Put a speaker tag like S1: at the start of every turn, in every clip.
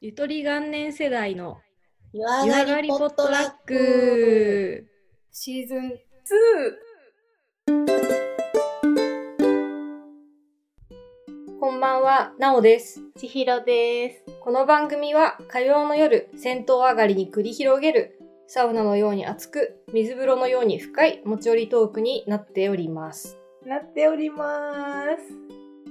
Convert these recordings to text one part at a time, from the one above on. S1: ゆとり元年世代の
S2: 湯上
S1: 湯上
S2: が
S1: が
S2: り
S1: り
S2: ポ
S1: ポ
S2: ッ
S1: ッ
S2: ト
S1: ト
S2: ラ
S1: ラ
S2: ッ
S1: ッ
S2: ク。
S1: ク。
S3: シーズン2こんばんは、なおです。
S2: ちひろです。
S3: この番組は火曜の夜、戦闘上がりに繰り広げる、サウナのように熱く、水風呂のように深い持ち寄りトークになっております。
S2: なっておりま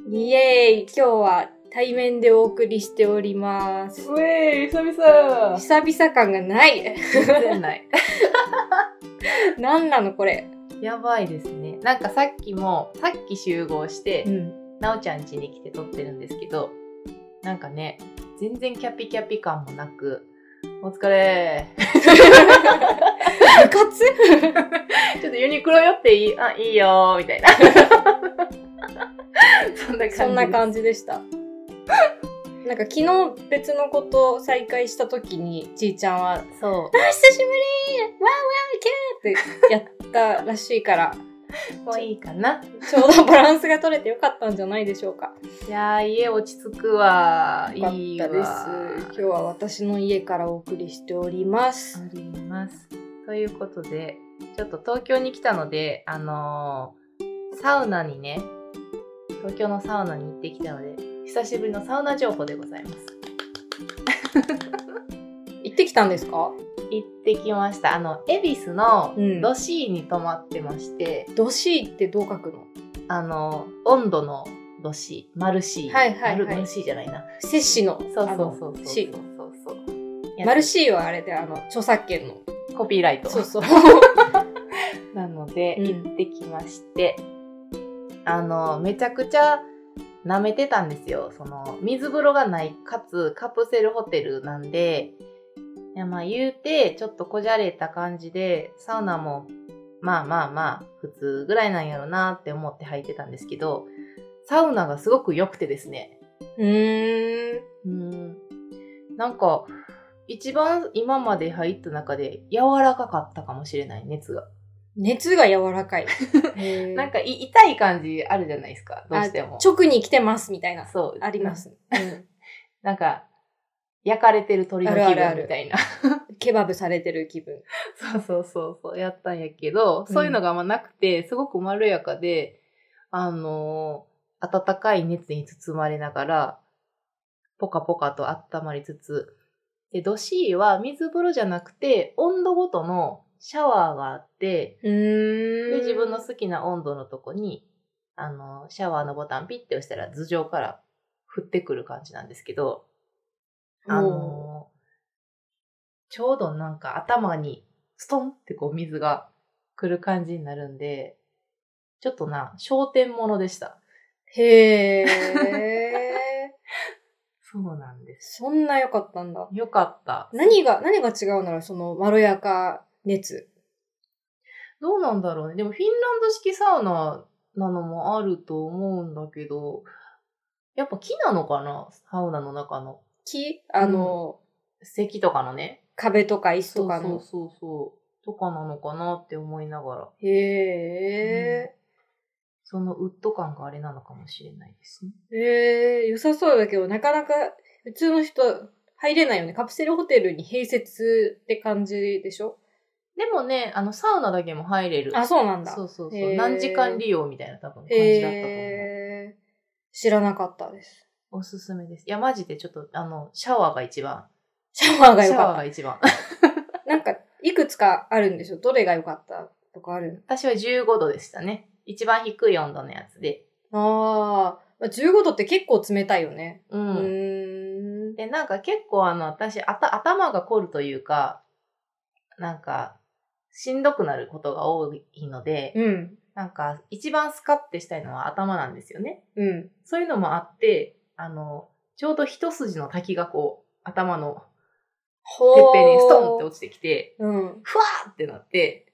S2: す。
S3: イエーイ今日は対面でお送りしております。
S2: うえー、久々。
S3: 久々感がない。
S2: 全ない。
S3: 何なのこれ。
S2: やばいですね。なんかさっきも、さっき集合して、
S3: ん。
S2: なおちゃん家に来て撮ってるんですけど、なんかね、全然キャピキャピ感もなく、お疲れ ー。
S3: 部活
S2: ちょっとユニクロ寄っていいあ、いいよー、みたいな。 そんな感じです。
S3: そんな感じでした。なんか昨日別の子と再会した時にちいちゃんは「
S2: そ
S3: あ久しぶりわーわーいけー!」ってやったらしいから
S2: う。もういいかな。
S3: ちょうどバランスが取れてよかったんじゃないでしょうか。
S2: いやー、家落ち着くわー。
S3: よかっ
S2: いい
S3: た
S2: わ
S3: です。今日
S2: 日
S3: は私の家からお送りしております。
S2: あります。ということで、ちょっと東京に来たので、あのーサウナにね、東京のサウナに行ってきたので、久しぶりのサウナ情報でございます。
S3: 行ってきたんですか
S2: 行ってきました。あの、恵比寿の
S3: うん
S2: ロシーに泊まってまして、
S3: ドシーってどう書くの
S2: あの、温度のロシー、マルシー。
S3: はいはいはい
S2: マルマルシーじゃないな。
S3: 摂氏の
S2: そうそうそうそう。
S3: シー。
S2: そうそうそう。
S3: マル
S2: シ
S3: シーはあれであの著作権の。
S2: ー。コピーライト。
S3: そうそう。
S2: なので、
S3: うん
S2: 行ってきまして、あの、めちゃくちゃ舐めてたんですよ。その、水風呂がない、かつカプセルホテルなんで、いやまあ言うて、ちょっとこじゃれた感じで、サウナも、まあまあまあ、普通ぐらいなんやろなって思って入ってたんですけど、サウナがすごく良くてですね。
S3: うーん。
S2: うん。なんか、一番今まで入った中で柔らかかったかもしれない、熱が。
S3: 熱が柔らか い。へー
S2: なんかい痛い感じあるじゃないですか、どうしても。
S3: 直に来てますみたいな。
S2: そう。
S3: ありま。す。
S2: なんか、焼かれてる鳥の気
S3: あるあるあ
S2: 分
S3: る
S2: みたいな。
S3: ケバブされてる気分。
S2: そうそうそうそう、やったんやけど、
S3: うん
S2: そういうのがあんまなくて、すごくまろやかで、あのー暖かい熱に包まれながら、ポカポカと温まりつつ、で、ドシーは水風呂じゃなくて、温度ごとのシャワーがあって、
S3: うーん。
S2: で、自分の好きな温度のとこに、あの、シャワーのボタンピッて押したら頭上から降ってくる感じなんですけど、あ
S3: も
S2: の、ちょうどなんか頭にストンってこう水が来る感じになるんで、ちょっとな、焦点ものでした。
S3: うへえ。
S2: そうなんです。
S3: そんな良かったんだ。
S2: よかった。
S3: 何が、何が違うなら、その、まろやか熱。
S2: どうなんだろうね。でもフィンランド式サウナなのもあると思うんだけど、やっぱ木なのかなサウナの中の。
S3: 木あの、
S2: 石とかのね。
S3: 壁とか椅子とかの。
S2: そうそうそうそうとかなのかなって思いながら
S3: へえ。
S2: そのウッド感があれなのかもしれないですね
S3: へえ、良さそうだけど、なかなか、普通の人、入れないよね。カプセルホテルに併設って感じでしょ
S2: でもねあのサウナだけも入れる
S3: あ、そうなんだ。
S2: そうそうそう、
S3: へー
S2: 何時間利用みたいな多分感じだったと思う、
S3: えー、知らなかったです。
S2: おすすめですいやマジでちょっとあのシャワーが一番
S3: シャワーが
S2: シ
S3: 良
S2: ャ
S3: か
S2: ワーが
S3: っ
S2: 一番
S3: た。なんか、いくつかあるんでしょどれが良かったとかある
S2: 私は15度でしたね一番低い温度のやつで
S3: あーまあ、15度って結構冷たいよね。う
S2: うん
S3: ーん。
S2: で、なんか結構あの、私、あた、頭が凝るというか、なんか、しんどくなることが多いので、
S3: うん。
S2: なんか、一番スカッてしたいのは頭なんですよね。
S3: うん。
S2: そういうのもあって、あの、ちょうど一筋の滝がこう、頭の
S3: ほ
S2: てっぺんにストンって
S3: て
S2: 落ちてきて、
S3: うん。
S2: ふわーってなって、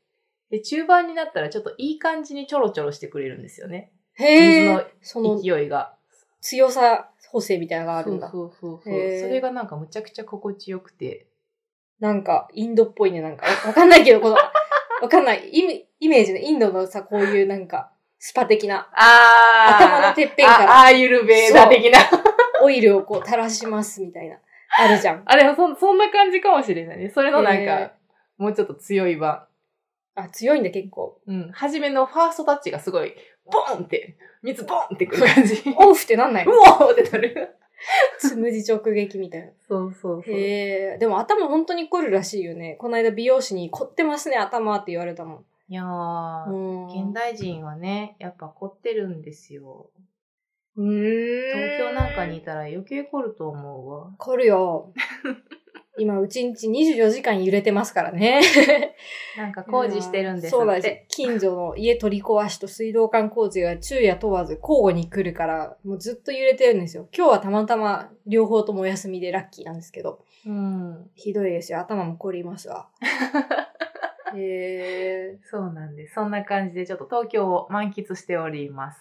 S2: で、中盤になったらちょっといい感じにちょろちょろしてくれるんですよね。
S3: へえ。その
S2: 勢いが。
S3: 強さ補正みたいなのがあるんだ。
S2: そうそうそうそう。
S3: へー
S2: それがなんかむちゃくちゃ心地よくて。
S3: なんか、インドっぽいね。なんか、わわかんないけど、この、わかんない。イメイメージのインドのさ、こういうなんか、スパ的な、
S2: あ
S3: 頭のてっぺんから
S2: ああーゆるべーだ的な。
S3: オイルをこう垂らしますみたいな。あるじゃん。
S2: あ、でもそ、そんな感じかもしれないね。それのなんか
S3: へ、
S2: もうちょっと強い版。
S3: あ、強いんだ、結構。
S2: うん。初めのファーストタッチがすごい、ボンって、水ボンってくる感じ。 う
S3: オフってなんないの
S2: おーってなる。
S3: つむじ直撃みたいな。
S2: そうそうそう。
S3: へえ、でも頭本当に凝るらしいよね。この間美容師に凝ってますね、頭って言われたも
S2: いやー、
S3: ん。
S2: 現代人はね、やっぱ凝ってるんですよ。
S3: うーん。
S2: 東京なんかにいたら余計凝ると思うわ。
S3: 凝るよ。今、うちんち24時間揺れてますからね。
S2: なんか工事してるんです
S3: そう
S2: っ
S3: だ
S2: て。
S3: ね。近所の家取り壊しと水道管工事が昼夜問わず交互に来るから、もうずっと揺れてるんですよ。今日はたまたま両方ともお休みでラッキーなんですけど。
S2: うん。
S3: ひどいですよ。頭も凝ります わ。へえ。
S2: そうなんです。そんな感じでちょっと東京を満喫しております。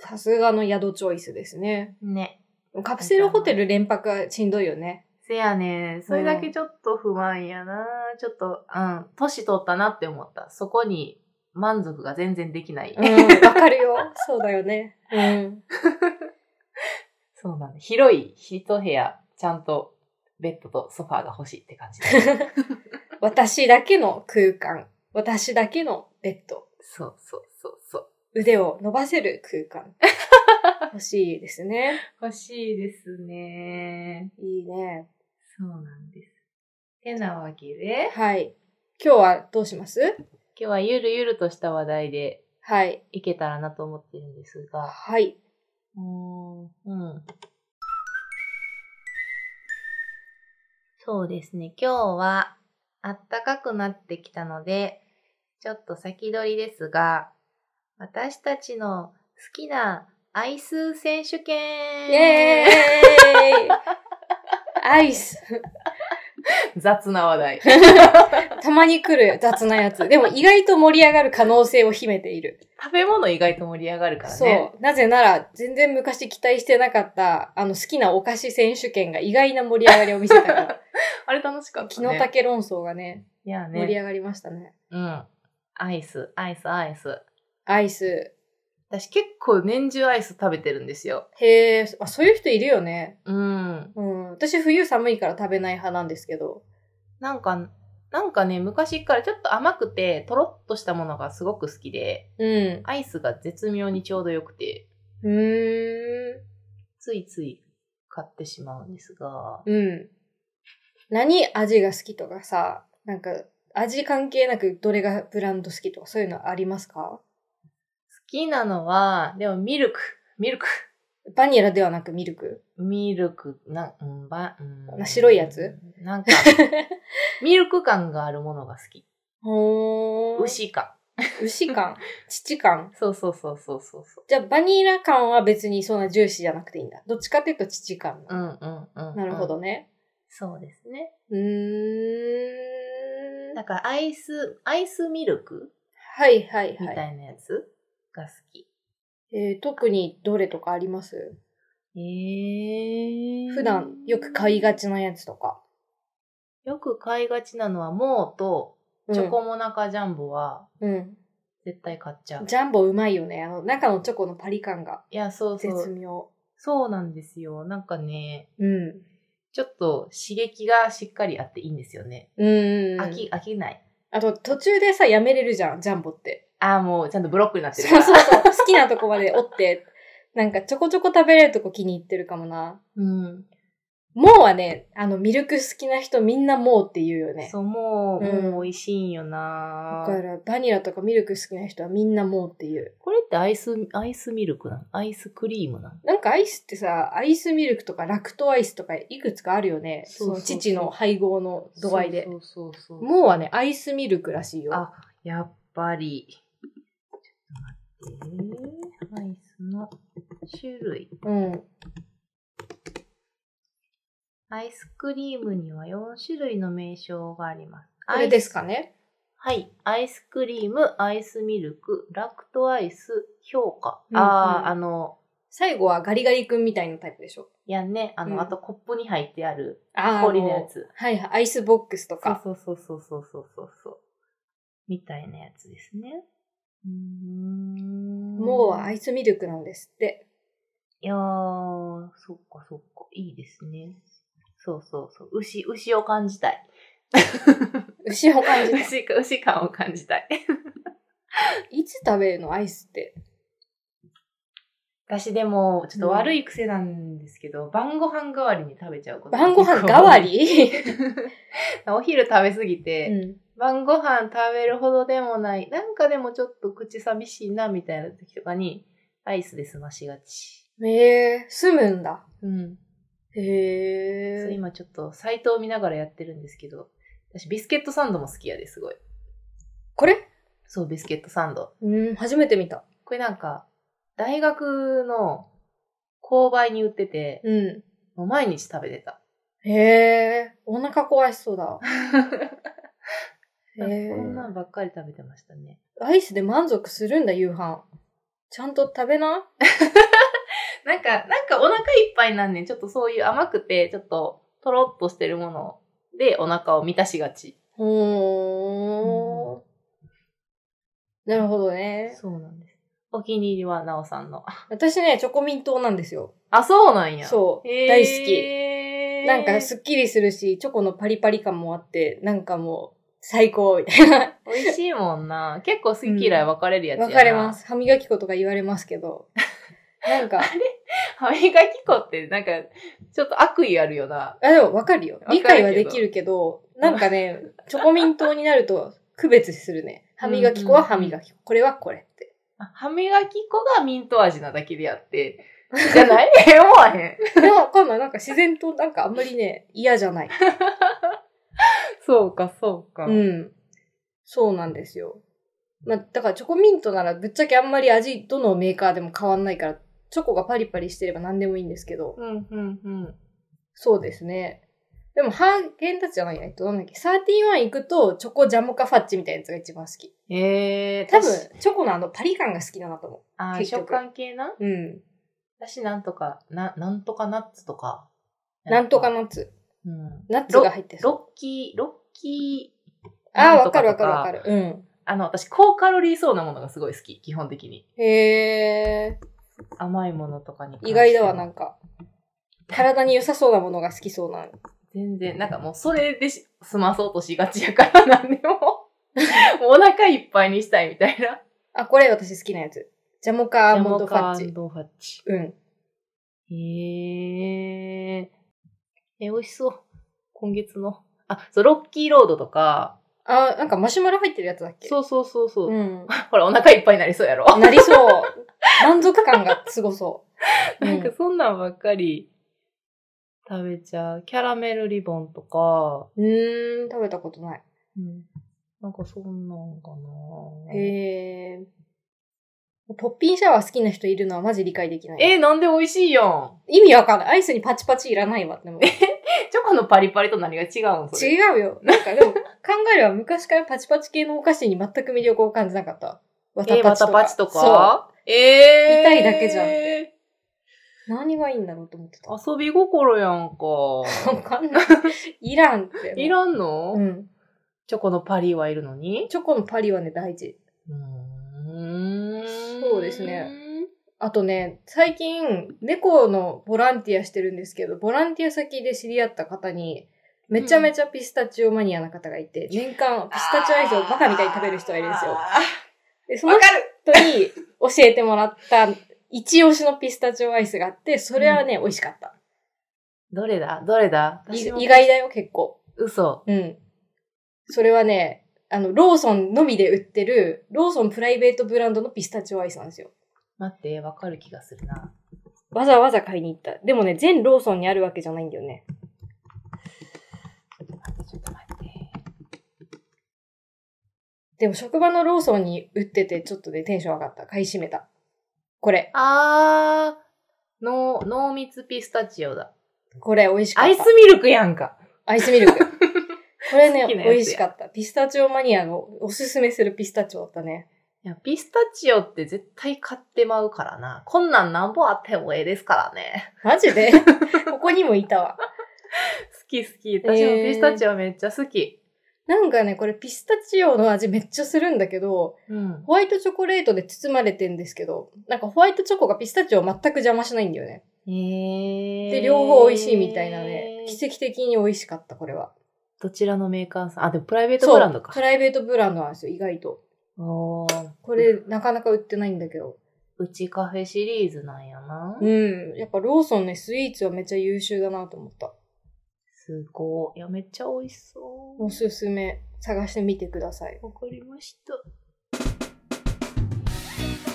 S3: さすがの宿チョイスですね。
S2: ね。
S3: カプセルホテル連泊はしんどいよね。
S2: せやねそれだけちょっと不安やな、ちょっと、うん、年取ったなって思った。そこに満足が全然できない。
S3: うん、わかるよ。 そうだよね。うん。
S2: そうなんだ。広い一部屋、ちゃんとベッドとソファーが欲しいって感じだ ね
S3: 私だけの空間。私だけのベッド。
S2: そうそうそうそう。
S3: 腕を伸ばせる空 間。欲しいですね。
S2: 欲しいですね。
S3: いいね。
S2: そうなんです。てなわけで、
S3: はい。今日はどうします
S2: 今日はゆるゆるとした話題で
S3: はい。
S2: いけたらなと思ってるんですが、
S3: はい。
S2: うーん、うん。そうですね、今日はあったかくなってきたので、ちょっと先取りですが、私たちの好きなアイス選手権
S3: イエーイアイス。
S2: 雑な話 題。
S3: たまに来る雑なやつ。でも意外と盛り上がる可能性を秘めている。
S2: 食べ物意外と盛り上がるからね。
S3: そう。なぜなら、全然昔期待してなかった、あの、好きなお菓子選手権が意外な盛り上がりを見せた から、
S2: あれ楽しかった
S3: 木の
S2: ね。
S3: 丈論争がね、
S2: いや
S3: 盛り
S2: ね。
S3: 上がりましたね。
S2: うん。アイス、アイス、アイス。
S3: アイス。
S2: 私結構年中アイス食べてるんですよ。
S3: へえ、あ、そういう人いるよね。
S2: うん。
S3: うん。私、冬寒いから食べない派なんですけど。
S2: なんか、なんかね、昔からちょっと甘くて、とろっとしたものがすごく好きで、
S3: うん。
S2: アイスが絶妙にちょうどよくて、
S3: うーん。
S2: ついつい買ってしまうんですが、
S3: うん。何味が好きとかさ、なんか、味関係なくどれがブランド好きとかそういうのありますか
S2: 好きなのは、でもミルク、ミルク。
S3: バニラではなくミル ク。
S2: ミルク、な、うん、ば、うん。
S3: な白いやつ
S2: なんか、ミルク感があるものが好 き。
S3: ほー。。
S2: 牛か。
S3: 牛感。乳感。
S2: そうそうそうそうそうそう。
S3: じゃあ、バニラ感は別にそんなジューシーじゃなくていいんだ。どっちかっていうと乳感。
S2: うんうんうん、
S3: なるほ。どね。
S2: そうですね。
S3: うーん。
S2: だからアイス、アイスミルク
S3: はいはい
S2: み
S3: は
S2: た
S3: い。
S2: いなやつが好き。
S3: えー特にどれとかあります
S2: ええ
S3: 普段よく買いがちなやつとか。
S2: よく買いがちなのはモーと
S3: うん
S2: チョコモナカジャンボは
S3: うん。
S2: 絶対買っちゃう。
S3: ジャンボうまいよね。あの、中のチョコのパリ感が
S2: いや、そうそ
S3: 絶
S2: う。
S3: 妙。
S2: そうなんですよ。なんかね、
S3: うん。
S2: ちょっと刺激がしっかりあっていいんですよね。
S3: うん。
S2: 飽き、飽きない。
S3: あと、途中でさ、やめれるじゃん、ジャンボって。
S2: ああ、もうちゃんとブロックになって
S3: そ
S2: る
S3: う
S2: から。
S3: そうそう。 好きなとこまで折って、なんかちょこちょこ食べれるとこ気に入ってるかもな。
S2: うん。
S3: もうはね、あの、ミルク好きな人みんなもうって言うよね。
S2: そう、もう、
S3: うん
S2: もう美味しいんよな
S3: だから、バニラとかミルク好きな人はみんなもうっていう。
S2: これってアイス、アイスミルクなのアイスクリームなの
S3: なんかアイスってさ、アイスミルクとかラクトアイスとかいくつかあるよね。そう
S2: そそうそう
S3: の父の配合の度合いで。
S2: そうそうそうそう。
S3: もうはね、アイスミルクらしいよ。
S2: あやっぱり。ちょっと待って。アイスの種類。
S3: うん。
S2: アイスクリームには4種類の名称があります。
S3: あれです
S2: か
S3: かね。
S2: はい。アイスクリーム、アイスミルク、ラクトアイス、評価。
S3: うんうん
S2: ああ、あの、
S3: 最後はガリガリ君みたいなタイプでしょ。
S2: いやね、あの、
S3: うん
S2: あとコップに入ってある
S3: あ
S2: 氷のやつ。
S3: はいはい、アイスボックスとか。
S2: そうそうそうそうそうそうそう。みたいなやつですね。うーん。
S3: もうはアイスミルクなんですって。
S2: いやー、そっかそっか、いいですね。そうそうそう。牛、牛を感じたい。
S3: 牛を感じ た。
S2: 牛か、牛感を感じたい。
S3: いつ食べるのアイス って。
S2: 私でも、ちょっと悪い癖なんですけど、晩ご飯代わりに食べちゃうこと
S3: 晩ご飯代わり
S2: お昼食べ過ぎて、
S3: うん。
S2: 晩ご飯食べるほどでもない、なんかでもちょっと口寂しいな、みたいな時とかに、アイスで済ましがち。
S3: えー、住むんだ。
S2: うん。そ
S3: へ
S2: う
S3: ー。
S2: 今ちょっと、サイトを見ながらやってるんですけど、私ビスケットサンドも好きやですごい。
S3: これ
S2: そう、ビスケットサンド。
S3: うん、初めて見た。
S2: これなんか、大学の購買に売ってて、
S3: うん。
S2: もう毎日食べて た。
S3: へー。お腹壊し そうだ。へ
S2: こんな
S3: ー。
S2: んばっかり食べてましたね。
S3: アイスで満足するんだ、夕飯。ちゃんと食べな
S2: なんか、なんかお腹いっぱいなんねんちょっとそういう甘くて、ちょっととろっとしてるものでお腹を満たしがち。
S3: ほー。なるほどね。
S2: そうなんです。お気に入りはなおさんの。
S3: 私ね、チョコミン党なんですよ。
S2: あ、そうなんや。
S3: そう。
S2: へー
S3: 大好き。なんかすっきりするし、チョコのパリパリ感もあって、なんかもう、最高みたいな。
S2: 美味しいもんな。結構好き嫌い分かれるやつやな。
S3: わかれま。す。歯磨き粉とか言われますけ ど。なんか、
S2: 歯磨き粉ってなんか、ちょっと悪意あるよな。
S3: あ、でもわかるよ。
S2: か
S3: 理
S2: るけど
S3: 解はできるけど、なんかね、チョコミン党になると区別するね。歯磨き粉は歯磨き粉。これはこれって。
S2: 歯磨き粉がミント味なだけであ って。じゃない思わへん。
S3: でもわかんない。なんか自然と、なんかあんまりね、嫌じゃない。
S2: そうか、そうか。
S3: うん。そうなんですよ。まあ、だからチョコミントならぶっちゃけあんまり味、どのメーカーでも変わんないから、チョコがパリパリしてれば何でもいいんですけど、
S2: うん、うん、うん。
S3: そうですね。でも、ハーゲンダッツじゃないや、えっと、なんだっけ、31行くと、チョコジャムかファッチみたいなやつが一番好き。
S2: ええー、
S3: 多分、チョコのあの、パリ感が好きだなと思
S2: あー
S3: 結
S2: 食
S3: 局
S2: 感系な
S3: う。うん。
S2: 私なんとか、な、なんとかナッツとか。
S3: なんとかナッツ。
S2: うん。
S3: ナッツが入ってそう。
S2: ロッキー、ロッキー、
S3: ああ、
S2: なん
S3: わ
S2: と
S3: か
S2: か
S3: る
S2: と
S3: わかるわかる。うん。
S2: あの、私、高カロリーそうなものがすごい好き、基本的に。
S3: へえ、
S2: 甘いものとかに関して
S3: 意
S2: は
S3: 外だわ、なんか。体に良さそうなものが好きそうな。
S2: 全然、なんかもう、それでし済まそうとしがちやから、なんで も。お腹いっぱいにしたいみたいな。
S3: あ、これ私好きなやつ。ジャモカアーモンドファッ
S2: ジャモカア
S3: チ。
S2: ーモンドファッチ。
S3: うん。
S2: へえー。え、美味しそう。今月の。あ、そう、ロッキーロードとか。
S3: あ、なんかマシュマロ入ってるやつだっけう。
S2: そうそうそうそ
S3: う
S2: う。
S3: ん。
S2: ほら、お腹いっぱいになりそうやろ。
S3: なりそう。満足感がすごそう。
S2: なんかそんなんばっかり食べちゃう。キャラメルリボンとか、
S3: うーん、食べたことない。
S2: なんかそんなんかな
S3: へえ。ポッピンシャワー好きな人いるのはマジ理解できない。
S2: えー、なんで美味しいやん。
S3: 意味わかんない。アイスにパチパチいらないわって思う。
S2: チョコのパリパリと何が違うんそれ。
S3: 違うよ。なんかでも、考えれば昔からパチパチ系のお菓子に全く魅力を感じなかった。わ
S2: えー、またパチと
S3: そ
S2: かえー。
S3: 痛いだけじゃん
S2: ん。
S3: う。何がいいんだろうと思ってた。
S2: 遊び心やんか。
S3: わかんない。いらんって。
S2: いらんの、
S3: うん。
S2: チョコのパリはいるのに
S3: チョコのパリはね、大事。
S2: うーん
S3: そうですね。あとね、最近、猫のボランティアしてるんですけど、ボランティア先で知り合った方に、めちゃめちゃピスタチオマニアな方がいて、年間ピスタチオアイスをバカみたいに食べる人がいるんですよ。
S2: あ
S3: で、そ
S2: ー
S3: の
S2: わか
S3: 人
S2: る
S3: に教えてもらった、一押しのピスタチオアイスがあって、それはね、美味しかった。
S2: どれだどれだ
S3: い
S2: 私も
S3: 意外だよ、結構。
S2: 嘘。
S3: うん。それはね、あの、ローソンのみで売ってる、ローソンプライベートブランドのピスタチオアイスなんですよ。
S2: 待って、わかる気がするな。
S3: わざわざ買いに行った。でもね、全ローソンにあるわけじゃないんだよね。
S2: ちょっと待って。
S3: でも職場のローソンに売ってて、ちょっとね、テンション上がった。買い占めた。これ。
S2: あー、の濃密ピスタチオだ。
S3: これ、美味しかっ
S2: ア
S3: た。
S2: イスミルクやんか。
S3: アイスミ ルク。これね、
S2: 好きなやつや
S3: 美味しかった。ピスタチオマニアのおすすめするピスタチオだったね。
S2: いや、ピスタチオって絶対買ってまうからな。こんなんなんぼあってもええですからね。
S3: マジでここにもいたわ。
S2: 好き好き。私もピスタチオめっちゃ好き。
S3: なんかね、これピスタチオの味めっちゃするんだけど、
S2: うん。
S3: ホワイトチョコレートで包まれてんですけど、なんかホワイトチョコがピスタチオを全く邪魔しないんだよね。
S2: へ
S3: で、両方美味しいみたいなね、奇跡的に美味しかった、これは。
S2: どちらのメーカーさんあ、でもプライベートブランドか。
S3: プライベートブランドなんですよ、意外と。
S2: おー
S3: これ、なかなか売ってないんだけど。
S2: うちカフェシリーズなんやな。
S3: うん。やっぱローソンね、スイーツはめっちゃ優秀だなと思った。
S2: すごい。いや、めっちゃ美味しそう。
S3: おすすめ、探してみてください。
S2: わかりました。
S4: チーズくん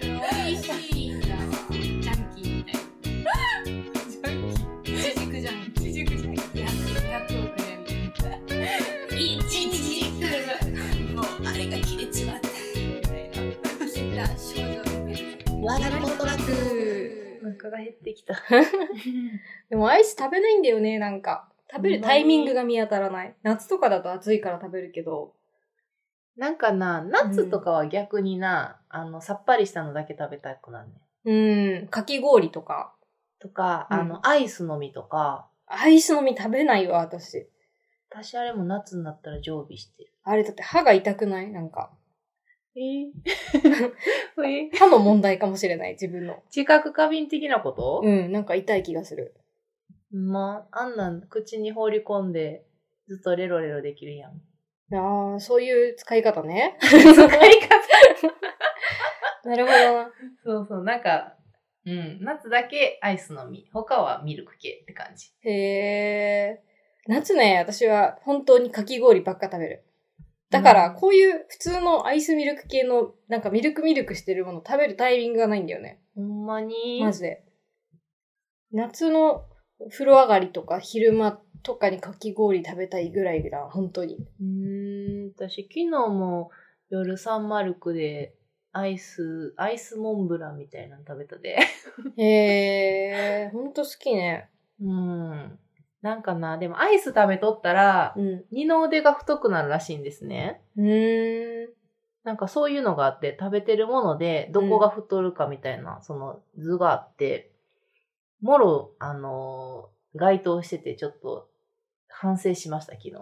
S4: 美味しいんだわジャンキーみたいジャンキーチジクジャンキーチジクジャンキー100億円いちじくもうあれが切れちまったみたいな切った症状みたいなわがことなく
S2: お腹が減ってき た。
S3: でもアイス食べないんだよね、なんか。食べ
S2: う
S3: る
S2: まい
S3: タイミングが見当たらない。夏とかだと暑いから食べるけど。
S2: なんかな、ナッツとかは逆にな、あの、さっぱりしたのだけ食べたくなんね。
S3: うん。かき氷とか。
S2: とか、
S3: うん
S2: あの、アイスのみとか、
S3: アイスのみ食べないわ、私。
S2: 私あれも夏になったら常備してる。
S3: あれだって歯が痛くないなんか。
S2: え ー、え
S3: 歯の問題かもしれない、自分の。
S2: 知覚過敏的なこと
S3: うん、なんか痛い気がする。
S2: まあ、あんなん口に放り込んで、ずっとレロレロできるやん。
S3: ああ、そういう使い方 ね。 使い方なるほどな。
S2: そうそう、なんか、うん、夏だけアイスのみ、他はミルク系って感じ。
S3: へえ。夏ね、私は本当にかき氷ばっか食べる。だから、
S2: うん
S3: こういう普通のアイスミルク系の、なんかミルクミルクしてるもの食べるタイミングがないんだよね。
S2: ほんまに。
S3: マジで。夏の風呂上がりとか昼間とかにかき氷食べたいぐらいだ、本当に。
S2: うーん、私昨日も夜サンマルクでアイス、アイスモンブランみたいなの食べたで。
S3: へえ、ほんと好きね。
S2: うん。なんかな、でもアイス食べとったら、
S3: うん。
S2: 二の腕が太くなるらしいんですね。
S3: うーん。
S2: なんかそういうのがあって、食べてるもので、どこが太るかみたいな、その図があって、もろ、あのー該当してて、ちょっと、反省しました、昨日。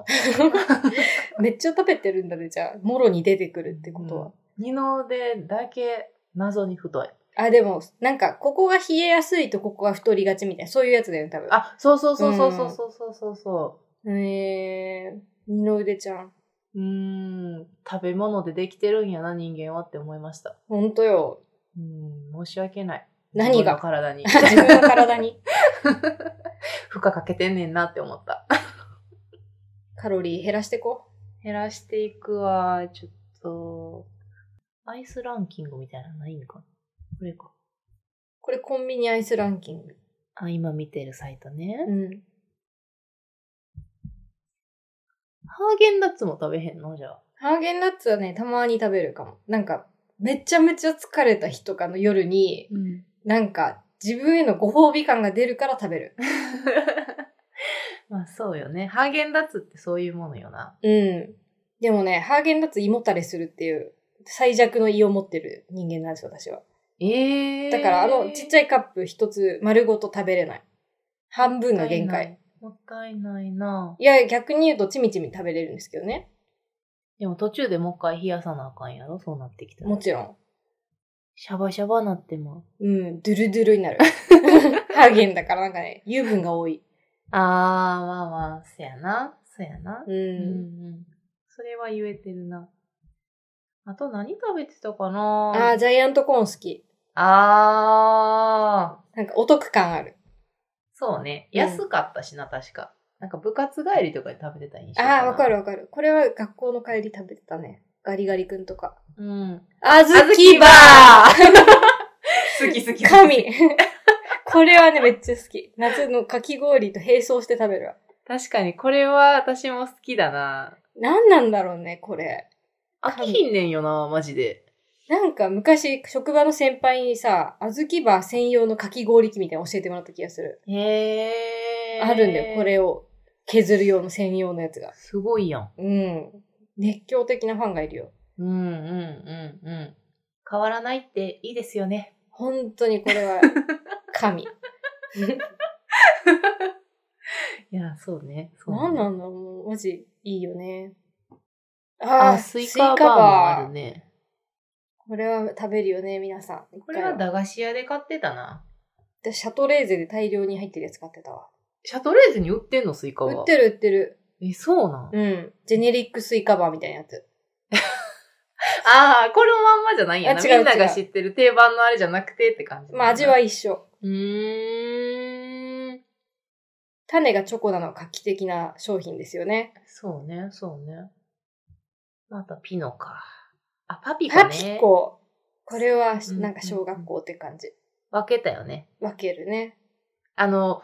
S3: めっちゃ食べてるんだね、じゃあ。もろに出てくるってことは。
S2: 二の腕だけ、謎に太い。
S3: あ、でも、なんか、ここが冷えやすいとここが太りがちみたいな、そういうやつだよね、多分。
S2: あ、そうそうそうそうそうそうそうそうそ
S3: えー、二の腕ちゃん。
S2: う。うーん、食べ物でできてるんやな、人間はって思いました。
S3: ほんとよ。
S2: うーん、申し訳ない。
S3: 何
S2: 自分の
S3: が
S2: 体に。
S3: 自分の体に
S2: 負荷かけてんねんなって思った。
S3: カロリー減らしてこ
S2: 減らしていくわ、ちょっと。アイスランキングみたいなのないんかなこれか。
S3: う。これコンビニアイスランキング。
S2: あ、今見てるサイトね。
S3: うん。
S2: ハーゲンダッツも食べへんのじゃあ。
S3: ハーゲンダッツはね、たまに食べるかも。なんか、めちゃめちゃ疲れた日とかの夜に、
S1: うん、
S3: なんか、自分へのご褒美感が出るから食べる。
S2: まあそうよね。ハーゲンダッツってそういうものよな。
S3: うん。でもね、ハーゲンダッツ胃もたれするっていう、最弱の胃を持ってる人間なんですよ、私は。
S2: ええー。
S3: だからあのちっちゃいカップ一つ丸ごと食べれない。半分が限界。
S2: もったいないない
S3: や、逆に言うとちみちみ食べれるんですけどね。
S2: でも途中でもう一回冷やさなあかんやろそうなってきたら
S3: もちろん。
S2: シャバシャバなっても。
S3: うん、ドゥルドゥルに なる。ハーゲンだからなんかね、油分が多い。
S2: あー、まあまあ、そやな。そやな
S3: う。。
S2: うんん。それは言えてるな。あと何食べてたかな
S3: あー、ジャイアントコーン好き。
S2: あー。
S3: なんかお得感ある。
S2: そうね。
S3: うん
S2: 安かったしな、確か。なんか部活帰りとかで食べてた印象
S3: あー、わか
S2: る。
S3: るわかる。これは学校の帰り食べてたね。ガリガリ君とか。
S2: うん。
S3: あず
S2: あず
S3: き
S2: き
S3: バ
S2: バ
S3: ー
S2: 好き好き
S3: 神これはね、めっちゃ好き。夏のかき氷と並走して食べるわ。
S2: 確かに、これは私も好きだな。
S3: なんなんだろうね、これ。
S2: 飽きひんねんよな、マジで。
S3: なんか昔、職場の先輩にさ、あずきバー専用のかき氷機みたいなの教えてもらった気がする。
S2: へ
S3: あるんだよ、これを。削る用の専用のやつが。
S2: すごいやん。
S3: うん。熱狂的なファンがいるよ。
S2: うんうんうんうん。変わらないっていいですよね。
S3: 本当にこれ は、神。
S2: いや、そうね。そうね
S3: なんなんだろう、もうマジ、いいよね。
S2: あ
S3: あー
S2: スイカバーもあるね。
S3: これは食べるよね、皆さん。
S2: これは駄菓子屋で買ってたな。
S3: でシャトレーゼで大量に入ってるやつ買ってたわ。
S2: シャトレーゼに売ってんのスイカは。
S3: 売ってる売ってる。
S2: え、そうなん、
S3: うん。ジェネリックスイカバーみたいなやつ。
S2: ああ、このまんまじゃないんやな。
S3: あ違う
S2: みんなが知ってる定番のあれじゃなくてって感じ。
S3: まあ味は。一緒。
S2: うーん。
S3: 種がチョコなのは画期的な商品ですよね。
S2: そうね、そうね。またピノか。あ、パピコね。
S3: パピコ。これは
S2: うん
S3: なんか小学校って感じ。
S2: 分けたよね。
S3: 分けるね。
S2: あの、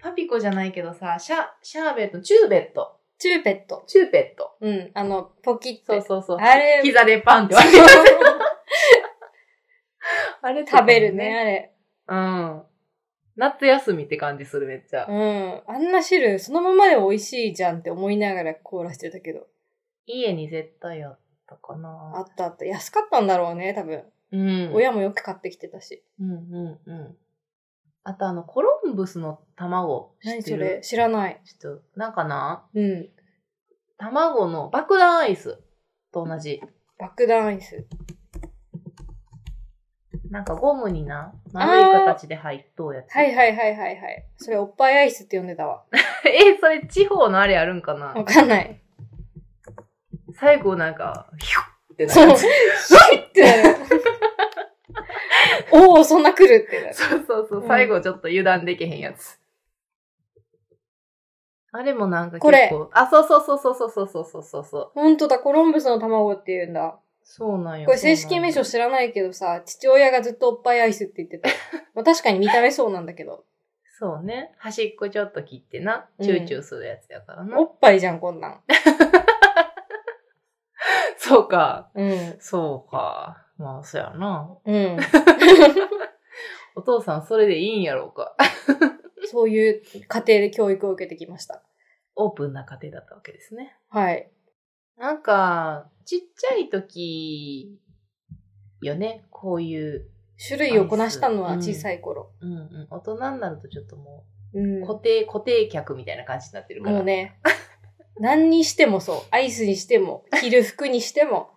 S2: パピコじゃないけどさ、シャ、シャーベット、チューベット。
S3: チューペット。
S2: チューペット。
S3: うん。あの、ポキッ
S2: そう
S3: て。
S2: そうそう。
S3: あれ
S2: 膝でパン って割れる。あれと か
S3: 食
S2: も
S3: べるね、あれ。
S2: うん。夏休みって感じする、めっちゃ。
S3: うん。あんな汁、そのままで美味しいじゃんって思いながら凍らしてたけど。
S2: 家に絶対あったか
S3: あ
S2: な。
S3: ったあった。安かったんだろうね、多分。
S2: うん
S3: 親もよく買ってきてたし。
S2: うんうんうん。あとあの、コロンブスの卵。
S3: 何
S2: 知って
S3: そ
S2: る
S3: れ知らない。
S2: ちょっと、なんかな
S3: うん。
S2: 卵の爆弾アイスと同じ。
S3: 爆弾アイス。
S2: なんかゴムにな、丸い形で入っとうやつ。
S3: はいはいはいはいはい。それおっぱいアイスって呼んでたわ。
S2: え、それ地方のあれあるんかな
S3: わかんない。
S2: 最後なんか、ヒュッってな
S3: そう。
S2: る
S3: ヒ
S2: やつ。
S3: ュッてなる。おお、そんな来るってなる。
S2: そうそうそうう、
S3: ん
S2: 最後ちょっと油断できへんやつ。あれもなんか結構、
S3: これ
S2: あ、そうそうそうそうそうそうそうそうそう。
S3: ほんとだ、コロンブスの卵って言うんだ。
S2: そうなんよ。
S3: これ正式名称知らないけどさ、父親がずっとおっぱいアイスって言ってた。まあ確かに見た目そうなんだけど。
S2: そうね。端っこちょっと切ってな、
S3: うん
S2: チューチューするやつやからな。
S3: おっぱいじゃん、こんなん。
S2: そうか。
S3: うん。
S2: そうか。まあ、そうやな。
S3: うん。
S2: お父さん、それでいいんやろうか。
S3: そういう家庭で教育を受けてきました。
S2: オープンな家庭だったわけですね。
S3: はい。
S2: なんか、ちっちゃい時、よね。こういう、
S3: 種類をこなしたのは小さい頃。
S2: うんうん。大人になるとちょっとも
S3: うん。
S2: う、固定、固定客みたいな感じになってるから。
S3: もうね、何にしてもそう。アイスにしても、着る服にしても、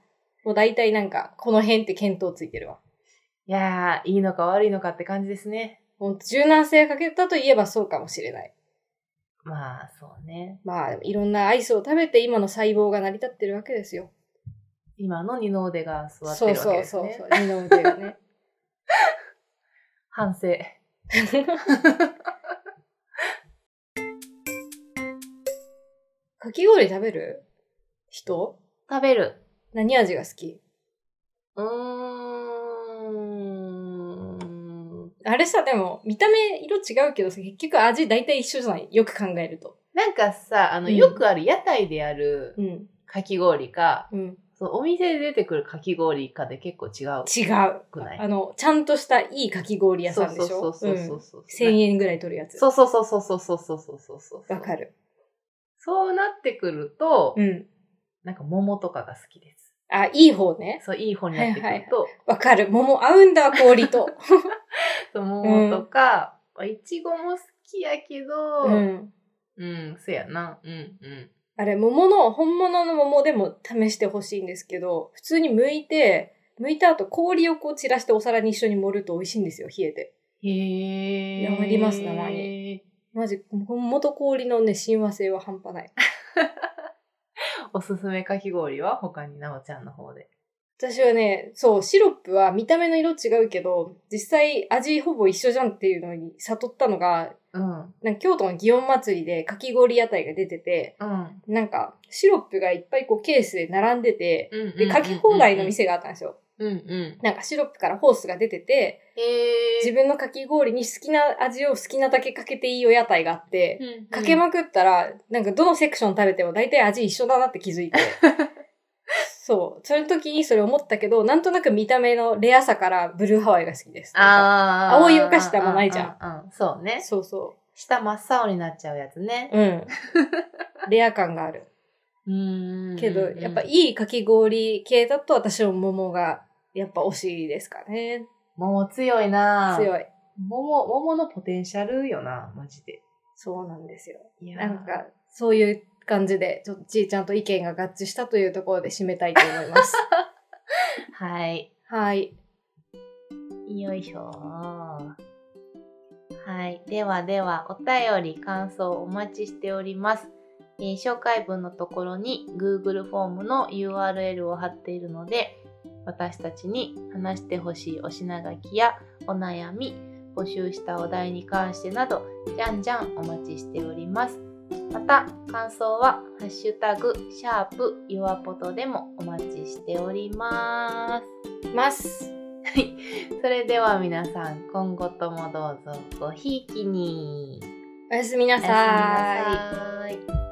S3: もう大体なんか、この辺って見当ついてるわ。
S2: いやー、いいのか悪いのかって感じですね。
S3: ほんと柔軟性かけたといえばそうかもしれない。
S2: まあ、そうね。
S3: まあ、いろんなアイスを食べて今の細胞が成り立ってるわけですよ。
S2: 今の二の腕が座って
S3: そう
S2: るわけ
S3: そう
S2: ですね。
S3: そうそう。二の腕が ね。
S2: 反省。
S3: かき氷食べる人
S2: 食べる。
S3: 何味が好き
S2: うーん。
S3: あれさ、でも、見た目色違うけどさ、結局味大体一緒じゃないよく考えると。
S2: なんかさ、あの、
S3: うん
S2: よくある屋台である
S3: うん。
S2: かき氷か、
S3: うん。
S2: そう、お店で出てくるかき氷かで結構違う
S3: 違う。
S2: くない
S3: あの、ちゃんとしたいいかき氷屋さんでし
S2: そう
S3: ょ
S2: そうそうそうそう。
S3: 1000円ぐらい取るやつ。
S2: そうそうそうそうそうそうそうそうそうそう。
S3: わか。る。
S2: そうなってくると、
S3: うん。
S2: なんか桃とかが好きです。
S3: あ、いい方ね。
S2: そう、いい方になってくると、
S3: わかる。桃合うんだ、氷と。
S2: そう桃とか、まあいちごも好きやけど、
S3: う
S2: うん、
S3: ん。
S2: そうやな。うん、うん。
S3: あれ、桃の、本物の桃でも試してほしいんですけど、普通に剥いて、剥いた後氷をこう散らしてお皿に一緒に盛ると美味しいんですよ、冷えて。
S2: へ
S3: やりますたま
S2: に。
S3: マジ、桃と氷のね、親和性は半端ない。
S2: おすすめかき氷は他になおちゃんの方で。
S3: 私はね、そう、シロップは見た目の色違うけど、実際味ほぼ一緒じゃんっていうのに悟ったのが、
S2: うん。
S3: なんか京都の祇園祭りでかき氷屋台が出てて、
S2: うん。
S3: なんかシロップがいっぱいこうケースで並んでて、
S2: で
S3: で、かき放題の。店があったんですよ。
S2: うんうん。
S3: なんかシロップからホースが出てて、
S2: へ
S3: 自分のかき氷に好きな味を好きなだけかけていいお屋台があって、か
S2: 分
S3: けまくったら、なんかどのセクション食べても大体味一緒だなって気づ いて。そう。その時にそれ思ったけど、なんとなく見た目のレアさからブルーハワイが好きです。
S2: ああ。
S3: 青いお菓子ってあんまないじゃん
S2: ん。うん。そうね。
S3: そうそ
S2: 下真っ青になっちゃうやつね。
S3: う。うん。レア感がある。
S2: うん
S3: けど、やっぱいいかき氷系だと私も桃が、やっぱ推しいですかね。
S2: 桃強いな
S3: 強
S2: い。
S3: い。
S2: 桃、桃のポテンシャルよな、マジで。
S3: そうなんですよ。
S2: いやー
S3: なんか、そういう 感じで、ちょっとじいちゃんと意見が合致したというところで締めたいと思います。
S2: はい。
S3: はい。
S2: よいしょはい。ではでは、お便り、感想お待ちしております。えー紹介文のところに Google フォームの URL を貼っているので、私たちに話してほしいお品書きやお悩み、募集したお題に関してなど、じゃんじゃんお待ちしております。また、感想は、ハッシュタグ、シャープ、ユアポトでもお待ちしております。
S3: ます。
S2: はい。それでは皆さん、今後ともどうぞごひいきに。
S3: おやすみな
S2: お
S3: さーい。
S2: やすみなさい。